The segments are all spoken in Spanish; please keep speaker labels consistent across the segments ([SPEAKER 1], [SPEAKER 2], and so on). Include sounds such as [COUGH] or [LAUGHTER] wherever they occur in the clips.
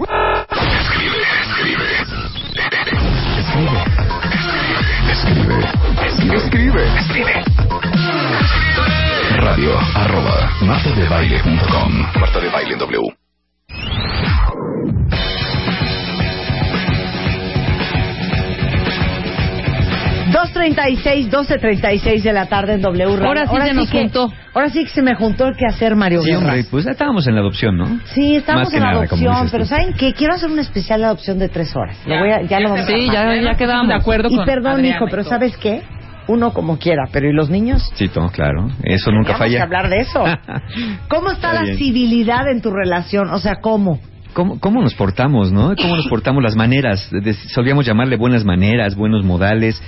[SPEAKER 1] Escribe, escribe. Escribe. Escribe. Escribe. Escribe. Escribe. Radio arroba martadebaile.com Marta de Baile en W.
[SPEAKER 2] treinta 12.36 de la tarde en W Radio.
[SPEAKER 3] Ahora sí se nos
[SPEAKER 2] que,
[SPEAKER 3] juntó.
[SPEAKER 2] Ahora sí que se me juntó el quehacer, Mario
[SPEAKER 4] Sí,
[SPEAKER 2] Guerra.
[SPEAKER 4] hombre, pues ya estábamos en la adopción, ¿no?
[SPEAKER 2] Sí,
[SPEAKER 4] Más
[SPEAKER 2] estamos
[SPEAKER 4] que
[SPEAKER 2] en
[SPEAKER 4] nada, como
[SPEAKER 2] adopción,
[SPEAKER 4] dices
[SPEAKER 2] pero
[SPEAKER 4] tú.
[SPEAKER 2] ¿saben qué? Quiero hacer un especial de adopción de tres horas. Lo voy a- ya lo vamos a
[SPEAKER 3] Sí,
[SPEAKER 2] armar.
[SPEAKER 3] ya, ya quedamos. De acuerdo
[SPEAKER 2] Y perdón, hijo, pero ¿sabes qué? Uno como quiera, pero ¿y los niños?
[SPEAKER 4] Sí, todo, claro. Eso
[SPEAKER 2] Tenemos
[SPEAKER 4] nunca
[SPEAKER 2] que
[SPEAKER 4] falla.
[SPEAKER 2] hablar de
[SPEAKER 4] [LAUGHS]
[SPEAKER 2] eso. ¿Cómo está,
[SPEAKER 4] Está
[SPEAKER 2] la
[SPEAKER 4] bien.
[SPEAKER 2] civilidad en tu relación? O sea, ¿cómo?
[SPEAKER 4] ¿Cómo, ¿Cómo nos portamos, no?
[SPEAKER 2] [LAUGHS]
[SPEAKER 4] ¿Cómo nos portamos las maneras? De- Solíamos llamarle buenas maneras, buenos modales.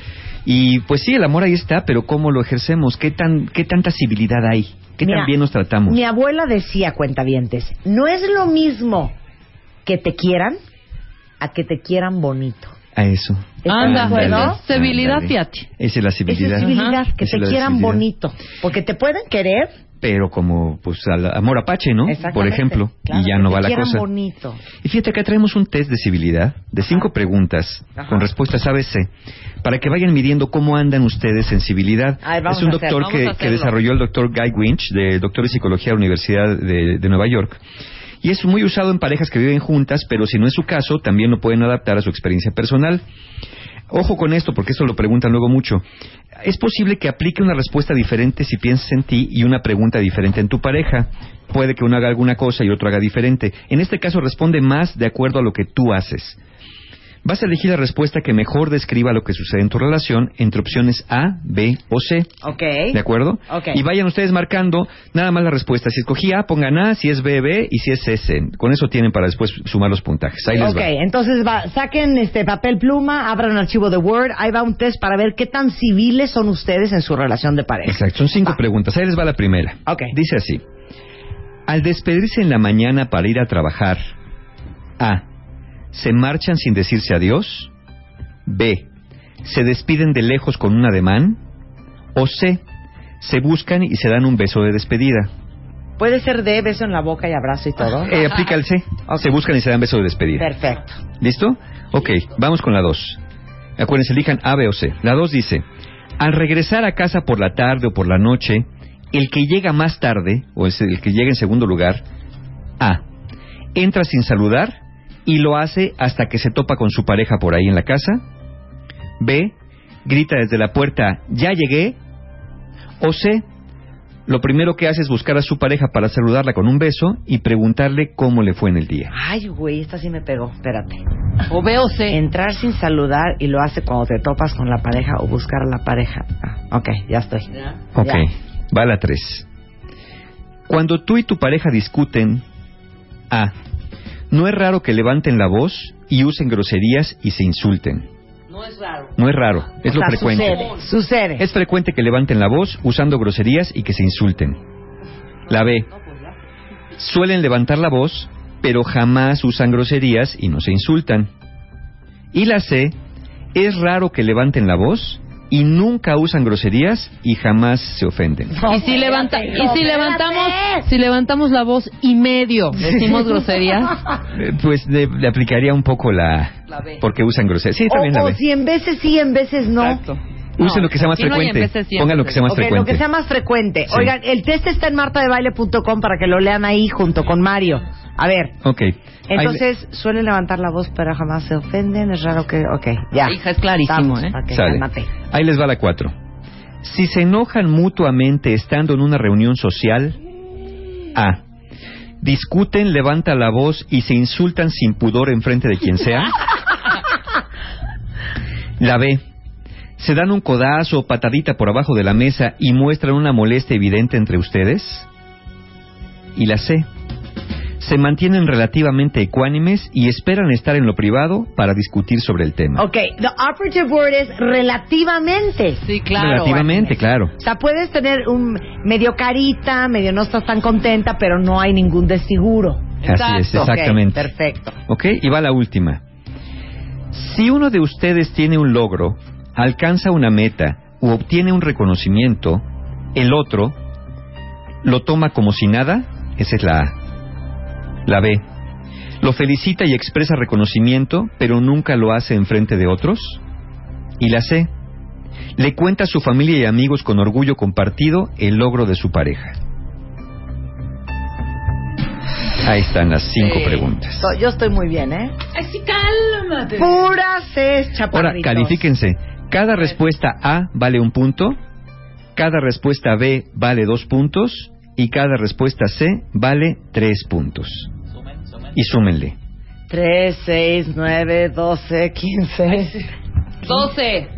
[SPEAKER 4] Y pues sí, el amor ahí está, pero ¿cómo lo ejercemos? ¿Qué, tan, qué tanta civilidad hay? ¿Qué
[SPEAKER 2] Mira,
[SPEAKER 4] tan bien nos tratamos?
[SPEAKER 2] Mi abuela decía, cuentavientes, no es lo mismo que te quieran a que te quieran bonito.
[SPEAKER 4] A eso.
[SPEAKER 2] ¿Estás
[SPEAKER 3] Anda,
[SPEAKER 2] Ah, de acuerdo?
[SPEAKER 3] ¿no? Civilidad,
[SPEAKER 4] Ándale.
[SPEAKER 3] fíjate.
[SPEAKER 4] Esa es
[SPEAKER 2] Esa
[SPEAKER 4] la
[SPEAKER 2] es
[SPEAKER 4] civilidad.
[SPEAKER 2] civilidad,
[SPEAKER 4] Ajá.
[SPEAKER 2] que te
[SPEAKER 4] Esa es la
[SPEAKER 2] quieran
[SPEAKER 4] civilidad.
[SPEAKER 2] bonito, porque te pueden querer,
[SPEAKER 4] Pero como, pues, al amor apache, ¿no?
[SPEAKER 2] exactamente,
[SPEAKER 4] Por ejemplo.
[SPEAKER 2] claro,
[SPEAKER 4] y ya
[SPEAKER 2] que
[SPEAKER 4] no
[SPEAKER 2] te
[SPEAKER 4] va la
[SPEAKER 2] quieran
[SPEAKER 4] cosa.
[SPEAKER 2] bonito.
[SPEAKER 4] Y fíjate que traemos un test de civilidad de cinco preguntas
[SPEAKER 2] Ajá.
[SPEAKER 4] con respuestas ABC para que vayan midiendo cómo andan ustedes en civilidad.
[SPEAKER 2] Ay, vamos
[SPEAKER 4] es un
[SPEAKER 2] a hacer-
[SPEAKER 4] doctor
[SPEAKER 3] vamos
[SPEAKER 4] que,
[SPEAKER 3] a
[SPEAKER 4] que
[SPEAKER 3] hacerlo.
[SPEAKER 4] desarrolló el doctor Guy Winch, de doctor de psicología de la Universidad de, de Nueva York. Y es muy usado en parejas que viven juntas, pero si no es su caso, también lo pueden adaptar a su experiencia personal. Ojo con esto, porque eso lo preguntan luego mucho. Es posible que aplique una respuesta diferente si piensas en ti y una pregunta diferente en tu pareja. Puede que uno haga alguna cosa y otro haga diferente. En este caso responde más de acuerdo a lo que tú haces. Vas a elegir la respuesta que mejor describa lo que sucede en tu relación entre opciones A, B o C.
[SPEAKER 2] Ok.
[SPEAKER 4] ¿De acuerdo?
[SPEAKER 2] Ok.
[SPEAKER 4] Y vayan ustedes marcando nada más la respuesta. Si escogí A, pongan A, si es B, B y si es C, C. Con eso tienen para después sumar los puntajes. Ahí les
[SPEAKER 2] Ok,
[SPEAKER 4] va.
[SPEAKER 2] entonces va, saquen este papel pluma, abran un archivo de Word, ahí va un test para ver qué tan civiles son ustedes en su relación de pareja.
[SPEAKER 4] Exacto, son cinco
[SPEAKER 2] Va.
[SPEAKER 4] preguntas. Ahí les va la primera.
[SPEAKER 2] Ok.
[SPEAKER 4] Dice así. Al despedirse en la mañana para ir a trabajar, A. Se marchan sin decirse adiós. B. Se despiden de lejos con un ademán. O C. Se buscan y se dan un beso de despedida.
[SPEAKER 2] Puede ser de beso en la boca y abrazo y todo.
[SPEAKER 4] Eh, aplica el C. Se buscan y se dan beso de despedida.
[SPEAKER 2] Perfecto.
[SPEAKER 4] ¿Listo? Ok, vamos con la 2. Acuérdense, elijan A, B o C. La 2 dice, al regresar a casa por la tarde o por la noche, el que llega más tarde, o es el que llega en segundo lugar, A, entra sin saludar y lo hace hasta que se topa con su pareja por ahí en la casa. B, grita desde la puerta, ya llegué. O C, lo primero que hace es buscar a su pareja para saludarla con un beso y preguntarle cómo le fue en el día.
[SPEAKER 2] Ay, güey, esta sí me pegó, espérate.
[SPEAKER 3] O B o C.
[SPEAKER 2] Entrar sin saludar y lo hace cuando te topas con la pareja o buscar a la pareja. Ah, ok, ya estoy.
[SPEAKER 4] Ok,
[SPEAKER 2] Ya.
[SPEAKER 4] va la 3. Cuando tú y tu pareja discuten, A. No es raro que levanten la voz y usen groserías y se insulten. No es raro. No es raro, es
[SPEAKER 2] O
[SPEAKER 4] lo
[SPEAKER 2] sea,
[SPEAKER 4] frecuente.
[SPEAKER 2] Sucede. sucede.
[SPEAKER 4] Es frecuente que levanten la voz usando groserías y que se insulten. La B. Suelen levantar la voz, pero jamás usan groserías y no se insultan. Y la C. Es raro que levanten la voz y nunca usan groserías y jamás se ofenden.
[SPEAKER 3] Y si, levanta, y si levantamos si levantamos la voz y medio, decimos groserías.
[SPEAKER 4] Eh, Pues le, le aplicaría un poco la... Porque usan groserías. Sí, también la
[SPEAKER 2] o, o
[SPEAKER 4] B.
[SPEAKER 2] si en veces sí, en veces no.
[SPEAKER 4] Usen lo que sea más
[SPEAKER 3] si no hay en
[SPEAKER 4] frecuente.
[SPEAKER 3] veces siempre.
[SPEAKER 4] Pongan lo que sea más
[SPEAKER 2] Ok, lo que
[SPEAKER 4] frecuente.
[SPEAKER 2] sea más frecuente.
[SPEAKER 4] Sí.
[SPEAKER 2] Oigan, el test está en martadebaile.com para que lo lean ahí junto con Mario. A ver,
[SPEAKER 4] Ok. Ahí-
[SPEAKER 2] entonces suelen levantar la voz, pero jamás se ofenden. Es raro que. Ok, ya.
[SPEAKER 3] Hija, es clarísimo,
[SPEAKER 2] Estamos.
[SPEAKER 3] ¿eh?
[SPEAKER 2] Ok,
[SPEAKER 4] Sale.
[SPEAKER 2] cálmate.
[SPEAKER 4] Ahí les va la cuatro. Si se enojan mutuamente estando en una reunión social, A. Discuten, levantan la voz y se insultan sin pudor en frente de quien sea.
[SPEAKER 2] [LAUGHS]
[SPEAKER 4] La B. Se dan un codazo o patadita por abajo de la mesa y muestran una molestia evidente entre ustedes. Y la C. se mantienen relativamente ecuánimes y esperan estar en lo privado para discutir sobre el tema.
[SPEAKER 2] Ok, the operative word es relativamente.
[SPEAKER 3] Sí, claro.
[SPEAKER 4] relativamente, claro.
[SPEAKER 2] O sea, puedes tener un medio carita, medio no estás tan contenta, pero no hay ningún desfiguro.
[SPEAKER 4] Así es, exactamente.
[SPEAKER 2] Ok, perfecto.
[SPEAKER 4] Ok, y va la última. Si uno de ustedes tiene un logro, alcanza una meta u obtiene un reconocimiento, el otro lo toma como si nada, esa es la A. La B. Lo felicita y expresa reconocimiento, pero nunca lo hace en frente de otros. Y la C. Le cuenta a su familia y amigos con orgullo compartido el logro de su pareja. Ahí están las cinco
[SPEAKER 2] Sí.
[SPEAKER 4] preguntas.
[SPEAKER 2] So- yo estoy muy bien, ¿eh?
[SPEAKER 3] Así cálmate.
[SPEAKER 2] Puras es,
[SPEAKER 4] Ahora,
[SPEAKER 2] chaparritos.
[SPEAKER 4] califíquense. Cada respuesta A vale un punto, cada respuesta B vale dos puntos y cada respuesta C vale tres puntos. Y súmenle.
[SPEAKER 2] 3, 6, 9, 12, 15.
[SPEAKER 3] 12.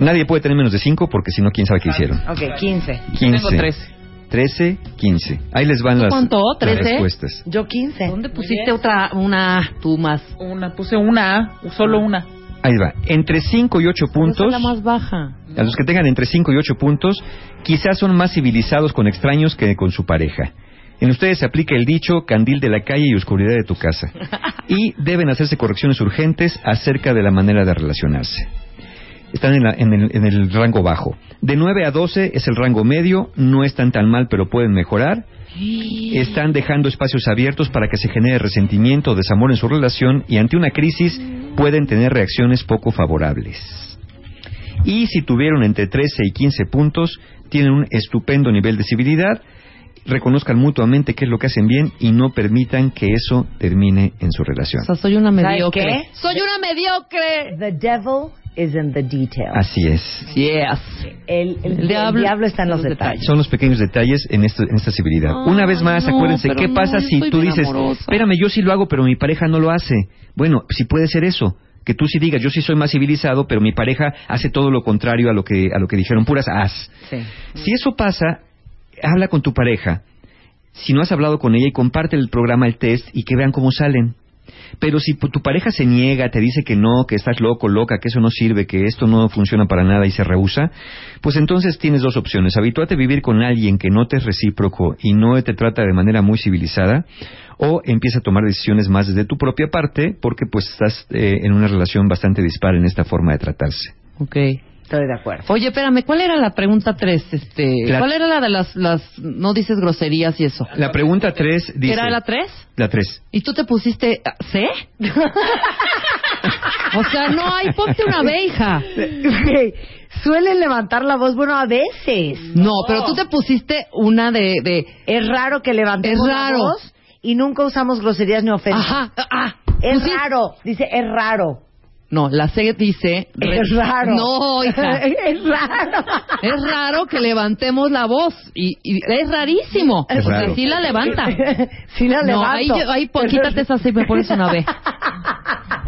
[SPEAKER 4] Nadie puede tener menos de cinco porque si no, quién sabe qué hicieron.
[SPEAKER 2] Ok, 15.
[SPEAKER 4] 15.
[SPEAKER 3] Tengo 13.
[SPEAKER 4] 13, 15. Ahí les van
[SPEAKER 3] ¿Tú
[SPEAKER 4] las,
[SPEAKER 3] cuánto?
[SPEAKER 4] las
[SPEAKER 3] 13.
[SPEAKER 4] respuestas.
[SPEAKER 2] Yo 15.
[SPEAKER 3] ¿Dónde pusiste otra, una, tú más?
[SPEAKER 5] Una, puse una A, solo una.
[SPEAKER 4] Ahí va. Entre 5 y 8
[SPEAKER 3] Esa es
[SPEAKER 4] puntos,
[SPEAKER 3] la más baja.
[SPEAKER 4] a los que tengan entre 5 y 8 puntos, quizás son más civilizados con extraños que con su pareja. En ustedes se aplica el dicho candil de la calle y oscuridad de tu
[SPEAKER 3] [LAUGHS]
[SPEAKER 4] casa. Y deben hacerse correcciones urgentes acerca de la manera de relacionarse. Están en, la- en el, en el rango bajo. De 9 a 12 es el rango medio, no están tan mal pero pueden mejorar. Están dejando espacios abiertos para que se genere resentimiento o desamor en su relación y ante una crisis pueden tener reacciones poco favorables. Y si tuvieron entre 13 y 15 puntos, tienen un estupendo nivel de civilidad, reconozcan mutuamente qué es lo que hacen bien y no permitan que eso termine en su relación.
[SPEAKER 3] O sea, soy una
[SPEAKER 2] ¿Sabes
[SPEAKER 3] mediocre.
[SPEAKER 2] qué?
[SPEAKER 3] Soy una mediocre.
[SPEAKER 2] The devil is in the detail.
[SPEAKER 4] Así es.
[SPEAKER 3] Yes.
[SPEAKER 2] El, el-
[SPEAKER 3] El diablo-
[SPEAKER 2] el diablo está en los
[SPEAKER 3] los
[SPEAKER 2] detalles.
[SPEAKER 4] Son los pequeños detalles en, esto- en esta civilidad.
[SPEAKER 3] Ah,
[SPEAKER 4] Una vez más,
[SPEAKER 3] no,
[SPEAKER 4] acuérdense,
[SPEAKER 3] pero
[SPEAKER 4] ¿qué
[SPEAKER 3] no,
[SPEAKER 4] pasa
[SPEAKER 3] yo
[SPEAKER 4] si
[SPEAKER 3] soy
[SPEAKER 4] tú
[SPEAKER 3] bien
[SPEAKER 4] dices,
[SPEAKER 3] amorosa.
[SPEAKER 4] espérame, yo sí lo hago, pero mi pareja no lo hace? Bueno, si puede ser eso, que tú sí digas, yo sí soy más civilizado, pero mi pareja hace todo lo contrario a lo que, a lo que dijeron, puras as.
[SPEAKER 2] Sí.
[SPEAKER 4] Si eso pasa, habla con tu pareja. Si no has hablado con ella y comparte el programa, el test y que vean cómo salen. Pero si pu- tu pareja se niega, te dice que no, que estás loco, loca, que eso no sirve, que esto no funciona para nada y se rehúsa, pues entonces tienes dos opciones. Habitúate a vivir con alguien que no te es recíproco y no te trata de manera muy civilizada o empieza a tomar decisiones más desde tu propia parte porque pues estás eh, en una relación bastante dispar en esta forma de tratarse.
[SPEAKER 3] Ok.
[SPEAKER 2] Estoy de acuerdo.
[SPEAKER 3] Oye, espérame, ¿cuál era la pregunta 3? Este,
[SPEAKER 4] La-
[SPEAKER 3] ¿Cuál era la de las, las no dices groserías y eso?
[SPEAKER 4] La pregunta 3 dice...
[SPEAKER 3] ¿Era la 3?
[SPEAKER 4] La 3.
[SPEAKER 3] ¿Y tú te pusiste ah, C? [LAUGHS] o sea, no hay, ponte una B, hija.
[SPEAKER 2] [LAUGHS] Ok. Suelen levantar la voz, bueno, a veces.
[SPEAKER 3] No, pero tú te pusiste una de... de
[SPEAKER 2] Es raro que levantemos
[SPEAKER 3] Es
[SPEAKER 2] la
[SPEAKER 3] raro.
[SPEAKER 2] voz y nunca usamos groserías ni ofensas.
[SPEAKER 3] ajá, ah, ah.
[SPEAKER 2] Es
[SPEAKER 3] Pusiste-
[SPEAKER 2] raro. Dice, es raro.
[SPEAKER 3] No, la C dice... re-
[SPEAKER 2] Es raro.
[SPEAKER 3] No, hija.
[SPEAKER 2] [LAUGHS] es
[SPEAKER 3] [LAUGHS]
[SPEAKER 2] raro.
[SPEAKER 3] Es raro que levantemos la voz. Y, y es rarísimo.
[SPEAKER 4] Es
[SPEAKER 3] Porque
[SPEAKER 4] raro.
[SPEAKER 3] sí la levanta.
[SPEAKER 2] sí [LAUGHS] la
[SPEAKER 3] No, ahí,
[SPEAKER 2] levanto.
[SPEAKER 3] yo- ahí pon- quítate esa C y me pones una B.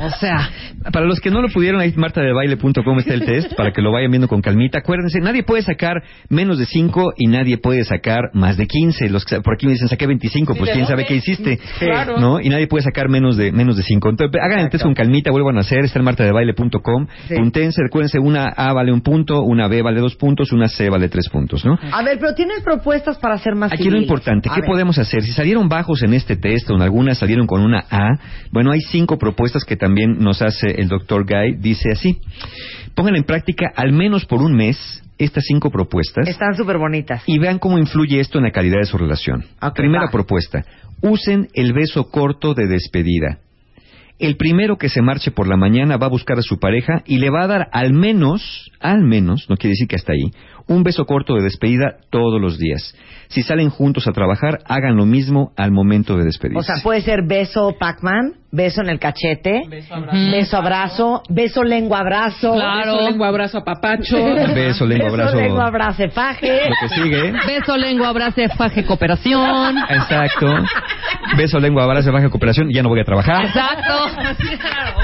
[SPEAKER 3] O sea,
[SPEAKER 4] Para los que no lo pudieron, ahí martadebaile.com está el test para que lo vayan viendo con calmita. Acuérdense, nadie puede sacar menos de 5 y nadie puede sacar más de 15. Los que, por aquí me dicen, saqué 25, pues quién sabe qué hiciste.
[SPEAKER 5] Claro.
[SPEAKER 4] ¿No? Y nadie puede sacar menos de menos de 5. Entonces, hagan el test con calmita, vuelvan a hacer, está en martadebaile.com.
[SPEAKER 2] Sí.
[SPEAKER 4] Puntense, acuérdense, una A vale un punto, una B vale dos puntos, una C vale tres puntos, ¿no?
[SPEAKER 2] A ver, pero tienes propuestas para hacer más
[SPEAKER 4] Aquí lo
[SPEAKER 2] civiles.
[SPEAKER 4] importante,
[SPEAKER 2] A
[SPEAKER 4] ¿qué
[SPEAKER 2] ver.
[SPEAKER 4] podemos hacer? Si salieron bajos en este test o en algunas salieron con una A, bueno, hay cinco propuestas que también nos hace el doctor Guy. Dice así, pongan en práctica al menos por un mes estas cinco propuestas
[SPEAKER 2] Están súper bonitas.
[SPEAKER 4] y vean cómo influye esto en la calidad de su relación.
[SPEAKER 2] Ah, Ok,
[SPEAKER 4] Primera
[SPEAKER 2] va.
[SPEAKER 4] propuesta, usen el beso corto de despedida. El primero que se marche por la mañana va a buscar a su pareja y le va a dar al menos, al menos, no quiere decir que hasta ahí, un beso corto de despedida todos los días. Si salen juntos a trabajar, hagan lo mismo al momento de despedirse.
[SPEAKER 2] O sea, puede ser beso Pac-Man, beso en el cachete, beso abrazo, beso, lengua abrazo,
[SPEAKER 5] Claro. Lengua, abrazo a papacho.
[SPEAKER 4] beso, lengua,
[SPEAKER 2] beso
[SPEAKER 4] abrazo.
[SPEAKER 2] lengua abracefaje.
[SPEAKER 4] Lo que sigue.
[SPEAKER 3] [LAUGHS] beso, lengua, abrazo, faje, cooperación.
[SPEAKER 4] Exacto. Beso, lengua, abrazo, baja cooperación. Ya no voy a trabajar.
[SPEAKER 3] Exacto.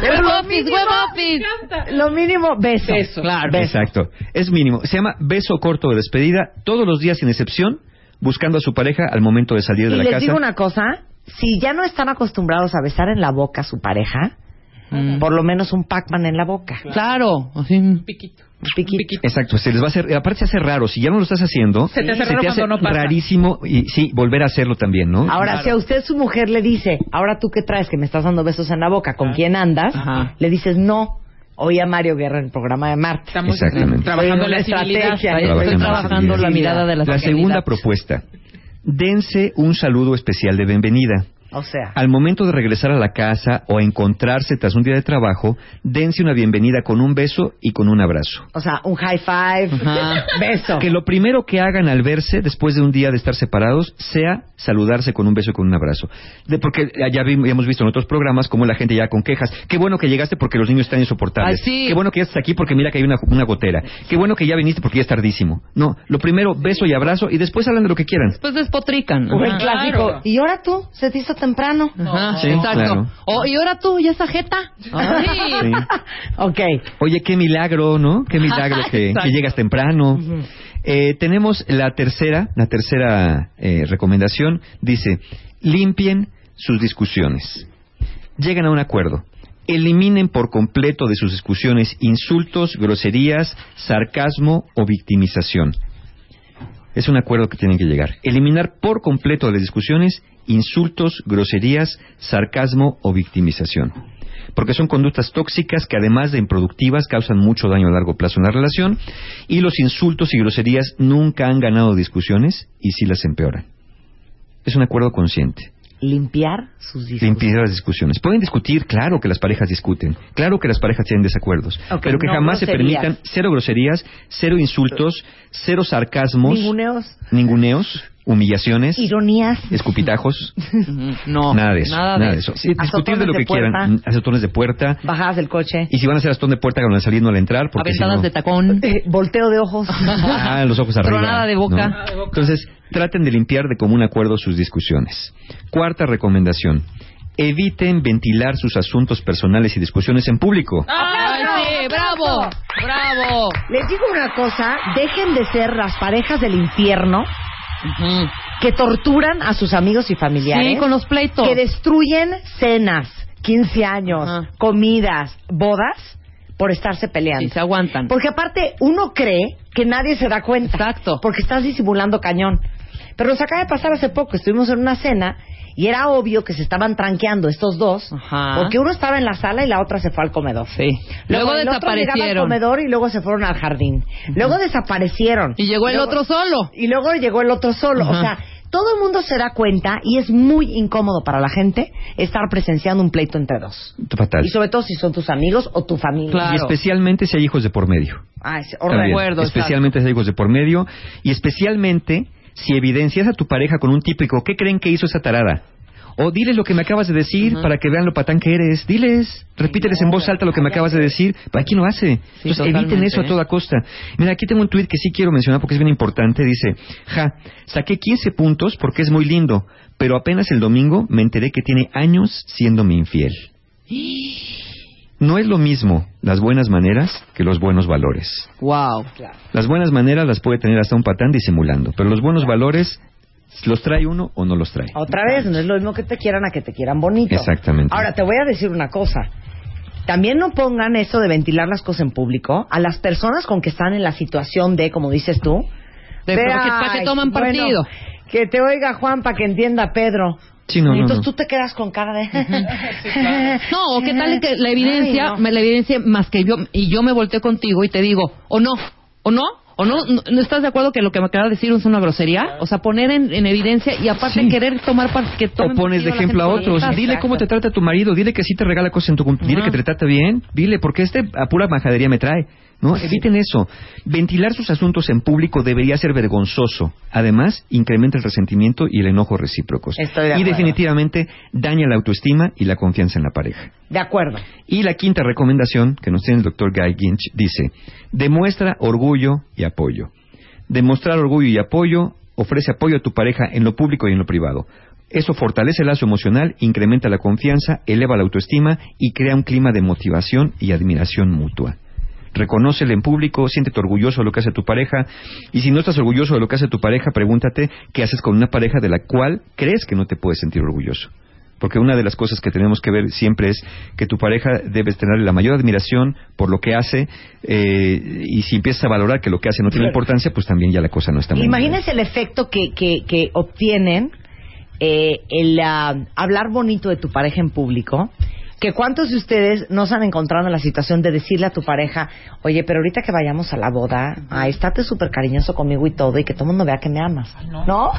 [SPEAKER 2] Pero
[SPEAKER 3] Web
[SPEAKER 2] lo
[SPEAKER 3] office,
[SPEAKER 2] mínimo-
[SPEAKER 3] web office.
[SPEAKER 2] Lo mínimo, beso.
[SPEAKER 5] Beso.
[SPEAKER 3] Claro.
[SPEAKER 2] Beso.
[SPEAKER 4] Exacto. Es mínimo. Se llama beso corto de despedida todos los días sin excepción, buscando a su pareja al momento de salir
[SPEAKER 2] Y
[SPEAKER 4] de la
[SPEAKER 2] les
[SPEAKER 4] casa.
[SPEAKER 2] digo una cosa, si ya no están acostumbrados a besar en la boca a su pareja, por lo menos un Pac-Man en la boca.
[SPEAKER 3] Mm. Claro, así.
[SPEAKER 5] Piquito.
[SPEAKER 2] Un piquito.
[SPEAKER 5] Piquito.
[SPEAKER 4] Exacto, se les va a hacer, aparte se hace raro, si ya no lo estás haciendo,
[SPEAKER 5] Se te hace raro cuando no pasa.
[SPEAKER 4] rarísimo y sí, volver a hacerlo también, ¿no?
[SPEAKER 2] Ahora, si a usted su mujer le dice, ahora tú qué traes, que me estás dando besos en la boca, ¿con quién andas?
[SPEAKER 3] Ajá.
[SPEAKER 2] Le dices, no, oí a Mario Guerra en el programa de Marta.
[SPEAKER 5] Estamos
[SPEAKER 4] Exactamente.
[SPEAKER 5] trabajando la
[SPEAKER 2] Estoy en una
[SPEAKER 5] civilidad.
[SPEAKER 2] estrategia.
[SPEAKER 3] Estoy
[SPEAKER 4] Trabajando la
[SPEAKER 3] trabajando la
[SPEAKER 4] sensibilidad.
[SPEAKER 3] mirada de la
[SPEAKER 4] La segunda propuesta, dense un saludo especial de bienvenida.
[SPEAKER 2] O sea,
[SPEAKER 4] Al momento de regresar a la casa o encontrarse tras un día de trabajo, dense una bienvenida con un beso y con un abrazo.
[SPEAKER 2] o sea, un high five,
[SPEAKER 3] Ajá.
[SPEAKER 2] beso.
[SPEAKER 4] Que lo primero que hagan al verse después de un día de estar separados sea saludarse con un beso y con un abrazo. De, porque ya vi- ya hemos visto en otros programas cómo la gente ya con quejas. Qué bueno que llegaste porque los niños están insoportables.
[SPEAKER 3] Ay, sí.
[SPEAKER 4] Qué bueno que ya estás aquí porque mira que hay una, una gotera. Qué bueno que ya viniste porque ya es tardísimo. No, lo primero beso y abrazo y después hablan de lo que quieran.
[SPEAKER 3] Después Pues despotrican.
[SPEAKER 2] O el
[SPEAKER 3] Ajá.
[SPEAKER 2] Pues clásico,
[SPEAKER 5] claro.
[SPEAKER 2] y ahora tú, se te hizo temprano.
[SPEAKER 3] Ajá,
[SPEAKER 4] Sí,
[SPEAKER 3] exacto.
[SPEAKER 4] claro.
[SPEAKER 3] O, y ahora tú, ¿y esa jeta?
[SPEAKER 4] Sí.
[SPEAKER 2] Ok,
[SPEAKER 4] Oye, qué milagro, ¿no? Qué milagro que,
[SPEAKER 3] Exacto.
[SPEAKER 4] que llegas temprano. Eh, tenemos la tercera, la tercera eh, recomendación. Dice, limpien sus discusiones. Lleguen a un acuerdo. Eliminen por completo de sus discusiones insultos, groserías, sarcasmo o victimización. Es un acuerdo que tienen que llegar. Eliminar por completo de las discusiones insultos, groserías, sarcasmo o victimización. Porque son conductas tóxicas que además de improductivas causan mucho daño a largo plazo en la relación y los insultos y groserías nunca han ganado discusiones y sí las empeoran. Es un acuerdo consciente.
[SPEAKER 2] limpiar sus discos.
[SPEAKER 4] Limpiar las discusiones. Pueden discutir, claro que las parejas discuten, claro que las parejas tienen desacuerdos,
[SPEAKER 2] Ok,
[SPEAKER 4] pero que
[SPEAKER 2] no
[SPEAKER 4] jamás se
[SPEAKER 2] groserías.
[SPEAKER 4] permitan cero groserías, cero insultos, cero sarcasmos
[SPEAKER 2] Ninguneos,
[SPEAKER 4] ninguneos, humillaciones,
[SPEAKER 2] ironías. [LAUGHS]
[SPEAKER 4] escupitajos,
[SPEAKER 3] No.
[SPEAKER 4] nada de eso.
[SPEAKER 3] Nada
[SPEAKER 4] Nada
[SPEAKER 3] de
[SPEAKER 4] de eso. Sí, discutir
[SPEAKER 2] Azotones
[SPEAKER 4] de lo
[SPEAKER 2] de
[SPEAKER 4] que
[SPEAKER 2] puerta.
[SPEAKER 4] quieran, mm, azotones de puerta.
[SPEAKER 2] Bajadas del coche.
[SPEAKER 4] Y si van a hacer azotón de puerta, van a salir no al entrar. Porque si
[SPEAKER 3] Aventadas
[SPEAKER 4] no-
[SPEAKER 3] de tacón.
[SPEAKER 2] eh, volteo de
[SPEAKER 3] [LAUGHS]
[SPEAKER 2] ojos.
[SPEAKER 4] [LAUGHS] Ah, los ojos arriba.
[SPEAKER 3] Tronada de boca.
[SPEAKER 4] ¿no?
[SPEAKER 3] Tronada
[SPEAKER 5] de boca.
[SPEAKER 4] Entonces, traten de limpiar de común acuerdo sus discusiones. Cuarta recomendación. Eviten ventilar sus asuntos personales y discusiones en
[SPEAKER 3] Ah.
[SPEAKER 4] público.
[SPEAKER 3] ¡Ay, sí! ¡Bravo! ¡Bravo!
[SPEAKER 2] Les digo una cosa, dejen de ser las parejas del infierno
[SPEAKER 3] Ujú.
[SPEAKER 2] que torturan a sus amigos y familiares.
[SPEAKER 3] Sí, con los pleitos.
[SPEAKER 2] que destruyen cenas, 15 años,
[SPEAKER 3] Ajá.
[SPEAKER 2] comidas, bodas, por estarse peleando.
[SPEAKER 3] Y se aguantan.
[SPEAKER 2] Porque aparte, uno cree que nadie se da cuenta.
[SPEAKER 3] Exacto.
[SPEAKER 2] Porque estás disimulando cañón. Pero nos acaba de pasar hace poco, estuvimos en una cena y era obvio que se estaban tranqueando estos dos,
[SPEAKER 3] Ajá.
[SPEAKER 2] porque uno estaba en la sala y la otra se fue al comedor.
[SPEAKER 3] Sí. Luego,
[SPEAKER 2] el otro llegaba al
[SPEAKER 3] desaparecieron.
[SPEAKER 2] comedor y luego se fueron al jardín. Luego desaparecieron.
[SPEAKER 3] Y llegó el
[SPEAKER 2] Luego-
[SPEAKER 3] otro solo.
[SPEAKER 2] y luego llegó el otro solo.
[SPEAKER 3] Ajá.
[SPEAKER 2] O sea, todo el mundo se da cuenta y es muy incómodo para la gente estar presenciando un pleito entre dos.
[SPEAKER 4] Fatal.
[SPEAKER 2] Y sobre todo si son tus amigos o tu familia.
[SPEAKER 3] Claro.
[SPEAKER 4] Y especialmente si hay hijos de por medio.
[SPEAKER 2] Ah, es
[SPEAKER 4] También.
[SPEAKER 2] horrible.
[SPEAKER 3] acuerdo, exacto.
[SPEAKER 4] especialmente si hay hijos de por medio y especialmente si evidencias a tu pareja con un típico ¿qué creen que hizo esa tarada? O diles lo que me acabas de decir para que vean lo patán que eres. Diles, repíteles en voz alta lo que me acabas de decir. ¿Para quién lo hace?
[SPEAKER 3] Sí,
[SPEAKER 4] Entonces eviten
[SPEAKER 3] totalmente,
[SPEAKER 4] eso a
[SPEAKER 3] ¿eh?
[SPEAKER 4] toda costa. Mira, aquí tengo un tuit que sí quiero mencionar porque es bien importante. Dice, ja, saqué 15 puntos porque es muy lindo, pero apenas el domingo me enteré que tiene años
[SPEAKER 3] [GASPS]
[SPEAKER 4] siéndome infiel. No es lo mismo las buenas maneras que los buenos valores.
[SPEAKER 3] ¡Wow!
[SPEAKER 4] Las buenas maneras las puede tener hasta un patán disimulando, pero los buenos valores los trae uno o no los trae.
[SPEAKER 2] Otra vez, no es lo mismo que te quieran a que te quieran bonito.
[SPEAKER 4] Exactamente.
[SPEAKER 2] Ahora, te voy a decir una cosa. También no pongan eso de ventilar las cosas en público a las personas con que están en la situación de, como dices tú,
[SPEAKER 3] De
[SPEAKER 2] de,
[SPEAKER 3] pa' que- pa' que
[SPEAKER 2] "Ay,
[SPEAKER 3] toman
[SPEAKER 2] bueno,
[SPEAKER 3] partido".
[SPEAKER 2] que te oiga Juan para que entienda Pedro.
[SPEAKER 4] Sí, no,
[SPEAKER 2] y
[SPEAKER 4] no,
[SPEAKER 2] entonces tú
[SPEAKER 4] no.
[SPEAKER 2] te quedas con cara de...
[SPEAKER 3] No, o qué tal que la evidencia,
[SPEAKER 2] Ay, no.
[SPEAKER 3] me- la evidencia más que yo, y yo me volteo contigo y te digo, o no, o no, o no, no, ¿no estás de acuerdo que lo que me acabas de decir es una grosería? O sea, poner en, en evidencia y aparte
[SPEAKER 4] Sí.
[SPEAKER 3] querer tomar par- que
[SPEAKER 4] O
[SPEAKER 3] tomen
[SPEAKER 4] pones
[SPEAKER 3] partido
[SPEAKER 4] de
[SPEAKER 3] la
[SPEAKER 4] ejemplo a
[SPEAKER 3] gente con
[SPEAKER 4] otros.
[SPEAKER 3] la-
[SPEAKER 4] Dile cómo te trata tu marido, dile que sí te regala cosas en tu cumpleaños, dile que te trata bien, dile porque este a pura majadería me trae. No, eviten eso. Ventilar sus asuntos en público debería ser vergonzoso. Además, incrementa el resentimiento y el enojo recíprocos.
[SPEAKER 2] Estoy de
[SPEAKER 4] y
[SPEAKER 2] acuerdo.
[SPEAKER 4] definitivamente daña la autoestima y la confianza en la pareja.
[SPEAKER 2] [LAUGHS] De acuerdo.
[SPEAKER 4] Y la quinta recomendación que nos tiene el doctor Guy Ginch dice, demuestra orgullo y apoyo. Demostrar orgullo y apoyo ofrece apoyo a tu pareja en lo público y en lo privado. Eso fortalece el lazo emocional, incrementa la confianza, eleva la autoestima y crea un clima de motivación y admiración mutua. reconócele en público, siéntete orgulloso de lo que hace tu pareja, y si no estás orgulloso de lo que hace tu pareja, pregúntate qué haces con una pareja de la cual crees que no te puedes sentir orgulloso. Porque una de las cosas que tenemos que ver siempre es que tu pareja debes tener la mayor admiración por lo que hace eh, y si empiezas a valorar que lo que hace no tiene importancia, pues también ya la cosa no está muy bien.
[SPEAKER 2] Imagínense el efecto que, que, que obtienen eh, el ah, hablar bonito de tu pareja en público. Que cuántos de ustedes no se han encontrado en la situación de decirle a tu pareja, oye, pero ahorita que vayamos a la boda, ay, estate súper cariñoso conmigo y todo, y que todo el mundo vea que me amas. ¿No?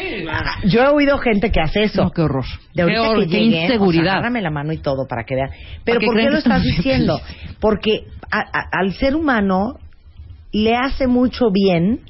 [SPEAKER 2] [LAUGHS] Yo he oído gente que hace eso.
[SPEAKER 3] No, qué horror.
[SPEAKER 2] De
[SPEAKER 3] qué
[SPEAKER 2] ahorita
[SPEAKER 3] horror,
[SPEAKER 2] que
[SPEAKER 3] qué
[SPEAKER 2] lleguen, o sea,
[SPEAKER 3] inseguridad.
[SPEAKER 2] agárrame la mano y todo para que vean. Pero
[SPEAKER 3] Para que
[SPEAKER 2] ¿por qué lo
[SPEAKER 3] crean que
[SPEAKER 2] estás
[SPEAKER 3] estamos bien
[SPEAKER 2] diciendo? Porque a- a- al ser humano le hace mucho bien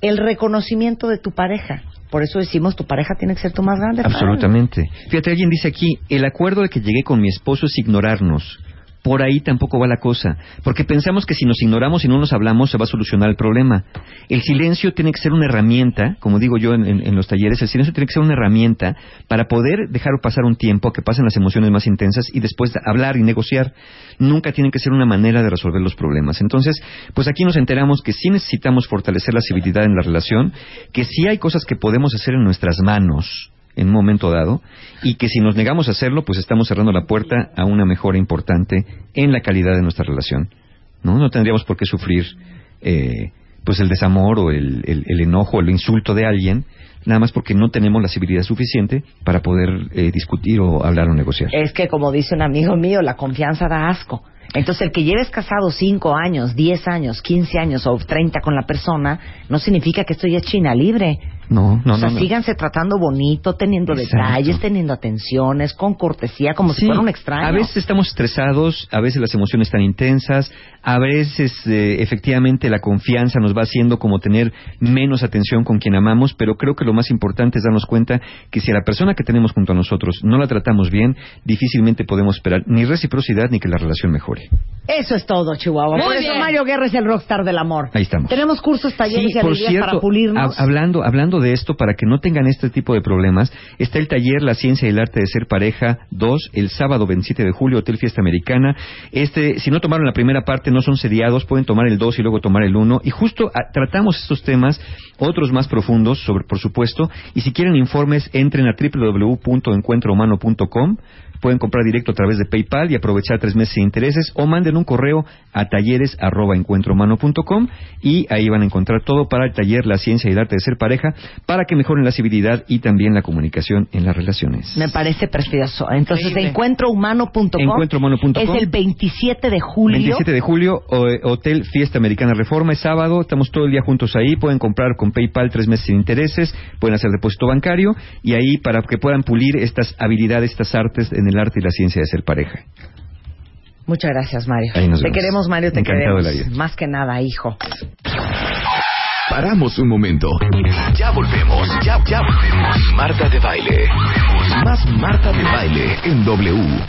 [SPEAKER 2] el reconocimiento de tu pareja. Por eso decimos, tu pareja tiene que ser tu más grande. fan.
[SPEAKER 4] Absolutamente. Fíjate, alguien dice aquí, el acuerdo al que llegué con mi esposo es ignorarnos. Por ahí tampoco va la cosa, porque pensamos que si nos ignoramos y no nos hablamos se va a solucionar el problema. El silencio tiene que ser una herramienta, como digo yo en, en- en los talleres, el silencio tiene que ser una herramienta para poder dejar pasar un tiempo a que pasen las emociones más intensas y después hablar y negociar. Nunca tiene que ser una manera de resolver los problemas. Entonces, pues aquí nos enteramos que sí necesitamos fortalecer la civilidad en la relación, que sí hay cosas que podemos hacer en nuestras manos en un momento dado y que si nos negamos a hacerlo, pues estamos cerrando la puerta a una mejora importante en la calidad de nuestra relación. No, no tendríamos por qué sufrir eh, pues el desamor o el, el- el enojo o el insulto de alguien, nada más porque no tenemos la civilidad suficiente para poder eh, discutir o hablar o negociar.
[SPEAKER 2] Es que, como dice un amigo mío, la confianza da asco. Entonces, el que lleves casado 5 años, 10 años, 15 años o 30 con la persona, no significa que esto ya es China libre.
[SPEAKER 4] No, no,
[SPEAKER 2] o sea,
[SPEAKER 4] no. no.
[SPEAKER 2] síganse tratando bonito, teniendo
[SPEAKER 4] Exacto.
[SPEAKER 2] detalles, teniendo atenciones, con cortesía, como si
[SPEAKER 4] Sí.
[SPEAKER 2] fuera un extraño.
[SPEAKER 4] A veces estamos estresados, a veces las emociones están intensas, a veces eh, efectivamente la confianza nos va haciendo como tener menos atención con quien amamos, pero creo que lo más importante es darnos cuenta que si a la persona que tenemos junto a nosotros no la tratamos bien, difícilmente podemos esperar ni reciprocidad ni que la relación mejore.
[SPEAKER 2] Eso es todo, Chihuahua.
[SPEAKER 3] Muy
[SPEAKER 2] por eso
[SPEAKER 3] bien.
[SPEAKER 2] Mario Guerra es el rockstar del amor.
[SPEAKER 4] Ahí estamos.
[SPEAKER 2] Tenemos cursos, talleres
[SPEAKER 4] Sí,
[SPEAKER 2] y
[SPEAKER 4] por
[SPEAKER 2] alegrías
[SPEAKER 4] cierto,
[SPEAKER 2] para pulirnos.
[SPEAKER 4] hab- hablando, hablando de esto, para que no tengan este tipo de problemas, está el taller La Ciencia y el Arte de Ser Pareja 2, el sábado 27 de julio, Hotel Fiesta Americana. Este, si no tomaron la primera parte, no son seriados, pueden tomar el 2 y luego tomar el 1. Y justo ah, tratamos estos temas, otros más profundos, sobre, por supuesto. Y si quieren informes, entren a www.encuentrohumano.com. Pueden comprar directo a través de PayPal y aprovechar tres meses sin intereses o manden un correo a talleres@encuentrohumano.com y ahí van a encontrar todo para el taller La ciencia y el arte de ser pareja para que mejoren la civilidad y también la comunicación en las relaciones.
[SPEAKER 2] Me parece precioso. Entonces,
[SPEAKER 3] Increíble.
[SPEAKER 2] encuentrohumano.com
[SPEAKER 4] Encuentrohumano.com.
[SPEAKER 2] es el 27 de julio.
[SPEAKER 4] 27 de julio, o- Hotel Fiesta Americana Reforma, es sábado, estamos todo el día juntos ahí, pueden comprar con PayPal tres meses sin intereses, pueden hacer depósito bancario y ahí para que puedan pulir estas habilidades, estas artes en el arte y la ciencia de ser pareja.
[SPEAKER 2] Muchas gracias, Mario.
[SPEAKER 4] Ahí nos
[SPEAKER 2] te
[SPEAKER 4] vemos.
[SPEAKER 2] queremos, Mario, te
[SPEAKER 4] Encantado de la
[SPEAKER 2] queremos.
[SPEAKER 4] vida.
[SPEAKER 2] Más que nada, hijo.
[SPEAKER 1] Paramos un momento. Ya volvemos. Ya, ya volvemos. Marta de baile. Más Marta de baile en W.